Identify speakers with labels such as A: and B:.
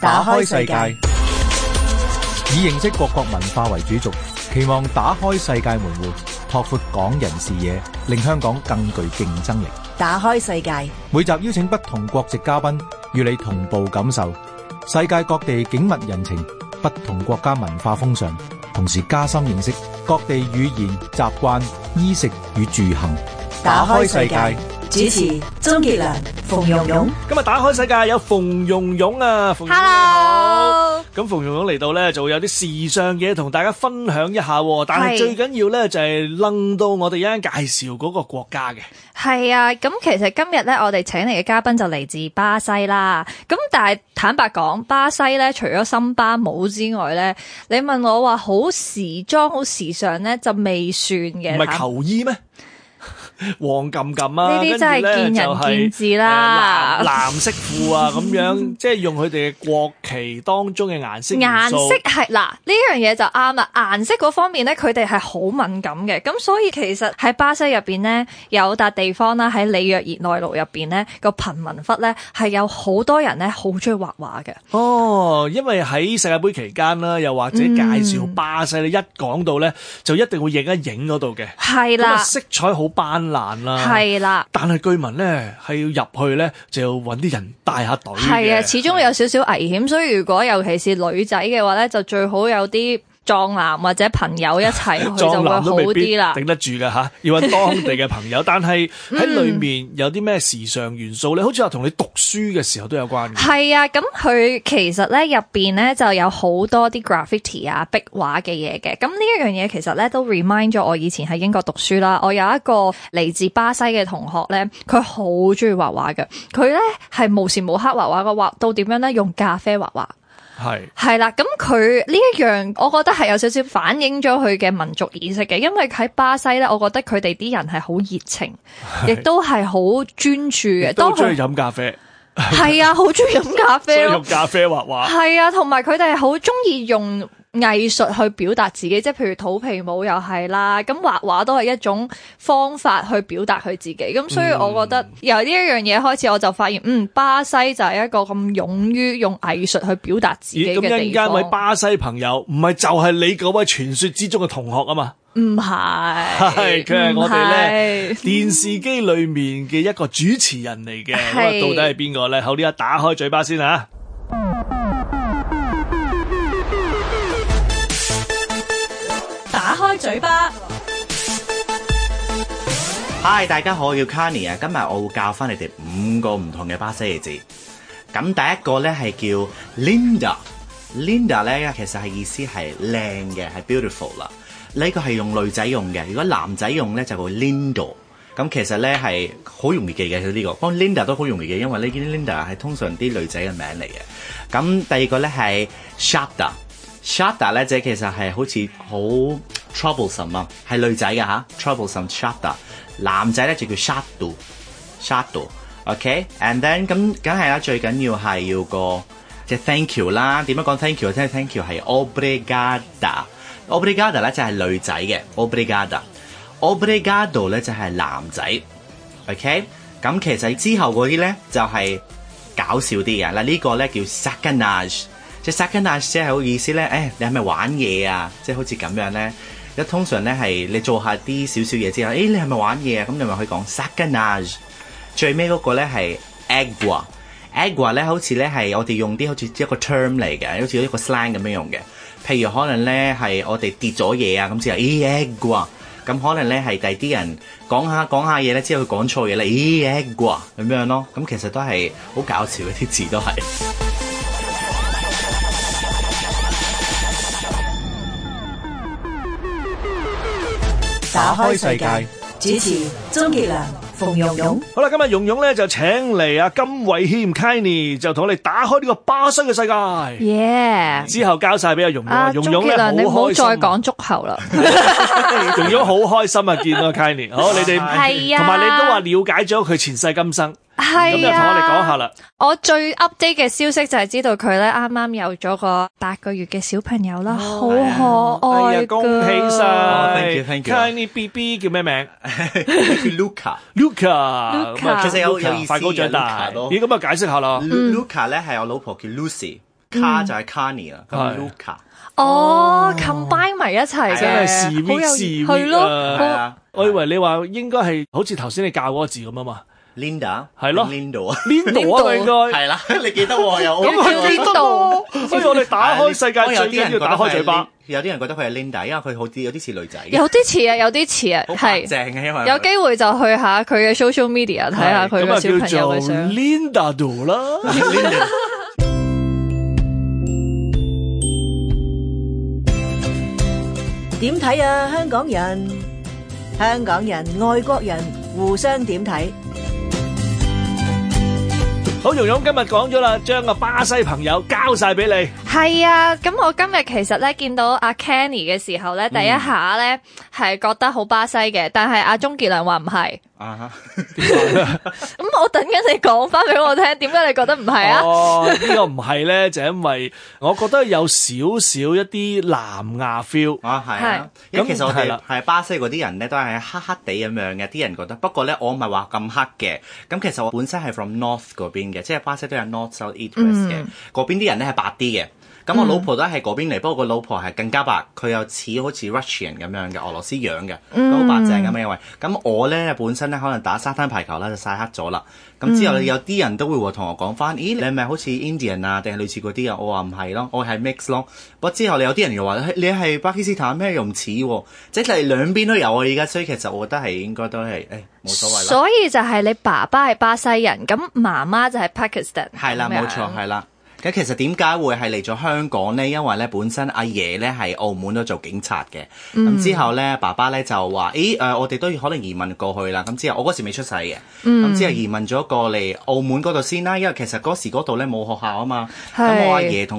A: 打開世界，以認識各國文化為主軸，期望打開世界門戶，拓闊港人視野，令香港更具競爭力。
B: 打開世界，
A: 每集邀請不同國籍嘉賓，與你同步感受世界各地景物人情、不同國家文化風尚，同時加深認識各地語言、習慣、衣食與住行。
B: 打開世界，主持鍾傑良、馮蓉蓉。
C: 今日打開世界有馮蓉蓉啊，馮蓉蓉你好。
D: Hello，
C: 咁馮蓉蓉嚟到咧，就會有啲時尚嘢同大家分享一下喎。但係
D: 係
C: 最緊要咧就係楞到我哋一陣介紹嗰個國家嘅。
D: 係啊，咁其實今日咧，我哋請嚟嘅嘉賓就嚟自巴西啦。咁但係坦白講，巴西咧除咗森巴舞之外咧，你問我話好時裝、好時尚咧，就未算嘅。
C: 唔係球衣咩？ 黃冚冚啊！
D: 呢啲真
C: 跟
D: 係
C: 住呢
D: 見仁見智啦
C: 就係誒藍藍色褲啊，咁 樣即係用佢哋嘅國旗當中嘅顏色元
D: 顏
C: 素
D: 色係嗱呢樣嘢就啱啦，顏色嗰方面咧，佢哋係好敏感嘅，咁所以其實喺巴西入邊咧，有笪地方啦，喺里約熱內盧入邊咧，個貧民窟咧係有好多人咧好中意畫畫嘅。
C: 哦，因為喺世界盃期間啦，又或者
D: 嗯
C: 介紹巴西咧，一講到咧就一定會影一影嗰度嘅，
D: 係
C: 咁啊啊
D: 啦，
C: 色彩好斑斕啦，
D: 係啦。
C: 但係據聞咧係要入去咧就要揾啲人帶下隊嘅
D: 係啊，始終有少少危險，所以如果尤其是女仔嘅話咧，就最好有啲壯男或者朋友一齊去就
C: 壯
D: 會
C: 男都
D: 好
C: 未必
D: 啲啦。
C: 頂得住嘅吓，要揾當地嘅朋 友。但係喺裏面有啲咩時尚元素咧？好似話同你讀書嘅時候都有關嘅。
D: 係啊，咁佢其實咧入邊咧就有好多啲 graffiti 啊、壁畫嘅嘢嘅。咁呢一樣嘢其實咧都 remind 咗我以前喺英國讀書啦。我有一個嚟自巴西嘅同學咧，佢好中意畫畫嘅。佢咧係無時無刻畫畫嘅，畫到點樣咧？用咖啡畫畫。
C: 係
D: 係啦，咁佢呢一樣，我覺得係有少少反映咗佢嘅民族意識嘅，因為喺巴西咧，我覺得佢哋啲人係好熱情，亦都係好專注嘅。
C: 都
D: 當
C: 中意
D: 佢
C: 飲咖啡，
D: 係啊，好中意飲咖
C: 所以
D: 啡
C: 用
D: 咯，
C: 咖啡畫畫。
D: 係啊，同埋佢哋係好中意用藝術去表達自己，即係譬如肚皮舞又係啦，咁畫畫都係一種方法去表達佢自己。咁所以我覺得
C: 嗯
D: 由呢一樣嘢開始，我就發現，嗯，巴西就係一個咁勇於用藝術去表達 自己
C: 咦，
D: 嘅
C: 咁一陣
D: 地方
C: 間。位巴西朋友唔係就係你嗰位傳說之中嘅同學啊嘛？
D: 唔係，
C: 係佢係我哋咧
D: 嗯唔係。
C: 電視機裏面嘅一個主持人嚟嘅，咁啊
D: 係
C: 到底係邊個咧？好，呢家打開嘴巴先啊！
B: 打開嘴巴，
E: Hi，大家好，我叫 Carney 啊，今日我會教翻你哋五個唔同嘅巴西字。咁第一個咧係叫 Linda，Linda 咧其實係意思係靚嘅，係 beautiful 啦。呢個係用女仔用嘅，如果男仔用咧就叫 Lindo。咁其實咧係好容易記嘅呢個，不過 Linda 都好容易記，因為呢啲 Linda 係通常啲女仔嘅名嚟嘅。咁第二個咧係 Shada。Shada 咧，即係其實係好似好 troublesome 啊，係女仔嘅吓 troublesome Shada。男仔咧就叫 Shadu。shadow，OK，and、then 咁梗係啦，最緊要係要個即係 thank you 啦。點樣講 thank you？即係 thank you 係 obrigada。obrigada 咧就係女仔嘅 obrigada。obrigado 咧就係男仔，OK。咁其實之後嗰啲咧就係、搞笑啲嘅嗱，呢個咧叫 sacanage，即係 sacanage 即係好意思咧，誒、你係咪玩嘢啊？即係好似咁樣咧，一通常咧係你做下啲少少嘢之後，誒、你係咪玩嘢啊？咁你咪可以講 sacanage。最尾嗰個咧係 agua。agua 咧好似咧係我哋用啲好似一個 term 嚟嘅，好似一個 slang 咁樣用嘅。譬如可能咧係我哋跌咗嘢啊，咁之後咦 agua，咁可能咧係第啲人講下講下嘢咧，之後佢講錯嘢咧，咦 agua 咁樣咯。咁其實都係好搞笑嘅啲字都係。
B: 打開世界，主持鍾傑良、馮蓉蓉。
C: 好啦，今日蓉蓉咧就請嚟阿啊金偉謙 Kenny 就同我哋打開呢個巴西嘅世界，
D: 耶！
C: 之後交晒俾阿蓉蓉啊，
D: 啊，
C: 蓉
D: 鍾
C: 蓉
D: 傑
C: 咧好
D: 良，你唔好
C: 開
D: 再
C: 心啊，
D: 講足球啦。
C: 蓉蓉好開心啊，見到 Kenny，好你哋
D: 係啊
C: 同埋你都話了解咗佢前世今生，咁就
D: 係
C: 同我哋講下
D: 啊，
C: 啦，
D: 我最 update 嘅消息就係知道佢咧啱啱有咗個八個月嘅小朋友啦，好
B: 哦
D: 可
C: 哎
D: 愛
C: 呀，
D: 㗎
C: 恭
D: Oh
C: 喜
E: 哦
C: 晒
E: ，thank you，thank you
C: Kenny BB 叫咩名
E: 叫
C: ？Luca，咁啊
D: 其
E: 實有
C: Luca，
E: 有意思
C: 快高長大，
E: 嘅，Luca 咯
C: 咦咁啊解釋下啦，
E: Luca，Luca 咧係我老婆叫 Lucy。卡就係 Carney 啦，咁
C: 嗯係
E: Luca
D: 哦，combine 埋一齊
C: 真係
D: 嘅，
C: 示
D: 好有
C: weak 示
D: 係
C: weak
D: 咯，
E: 係
D: 好
E: 啊
C: 我以為你話應該係好似頭先你教嗰個字咁啊嘛，
E: Linda
C: 係咯
E: Linda 啊，
C: 邊度啊應該？
E: 係啦，你記得喎又 OK
D: 佢
E: 喎
D: 呢度
C: 所以我哋
E: 啊
C: 打開世界
E: 我有
C: 最
E: 啲人
C: 緊
E: 覺
C: 要
E: 得
C: 打開嘴
E: 佢係
C: 巴。
E: Lin- 有啲人覺得佢係 Linda，因為佢好啲有啲似女仔嘅，
D: 有啲似啊，有啲似啊，
E: 好白
D: 係
E: 正嘅，因為
D: 有機會就去下佢嘅 social media 睇下佢嘅小朋友嘅
C: 咁啊叫做
D: 相。
C: Linda Do 啦。
E: Linda
B: 點睇啊，香港人？香港人、外國人互相點睇？
C: 好，蓉蓉今日講咗啦，將個巴西朋友交晒俾你。
D: 係啊，咁我今日其實咧見到阿 Kenny 嘅時候咧，
E: 嗯
D: 第一下咧係覺得好巴西嘅，但係阿鍾傑良話唔係。
E: 啊哈，
D: 咁我等緊你講翻俾我聽，點解你覺得唔係啊？
C: 哦，呢個唔係咧，就因為我覺得有少少一啲南亞 feel。
E: 啊係啊，
C: 係
E: 因為其實我
C: 咁係
E: 哋
C: 啦
E: 係巴西嗰啲人咧，都係黑黑地咁樣嘅，啲人覺得。不過咧，我唔係話咁黑嘅。咁其實我本身係 from north 嗰邊嘅，即係巴西都有 north、south、east、west 嘅。嗰邊啲人咧係白啲嘅。咁我老婆都係嗰邊嚟，不過個老婆係更加白，佢又似好似 Russian 咁樣嘅俄羅斯樣嘅，都好白淨咁樣因為。咁我咧本身咧可能打沙灘排球啦就曬黑咗啦。咁之後咧有啲人都會話同我講翻，咦你係咪好似 Indian 啊定係類似嗰啲啊？我話唔係咯，我係 mix 咯。不過之後你有啲人又話嘿你係巴基斯坦咩又唔似喎，即係兩邊都有啊而家，所以其實我覺得係應該都係誒冇所謂啦。
D: 所以就係你爸爸係巴西人，咁媽媽就係 Pakistan。
E: 係啦，
D: 咁樣
E: 冇錯，係啦。咁其實點解會係嚟咗香港呢？因為咧本身阿爺咧係澳門都做警察嘅，咁、
D: 嗯
E: 之後咧爸爸咧就話：，咦誒、呃我哋都可能移民過去啦。咁之後我嗰時未出世嘅，咁、
D: 嗯
E: 之後移民咗過嚟澳門嗰度先啦。因為其實嗰時嗰度咧冇學校啊嘛，
D: 係
E: 咁我阿爺同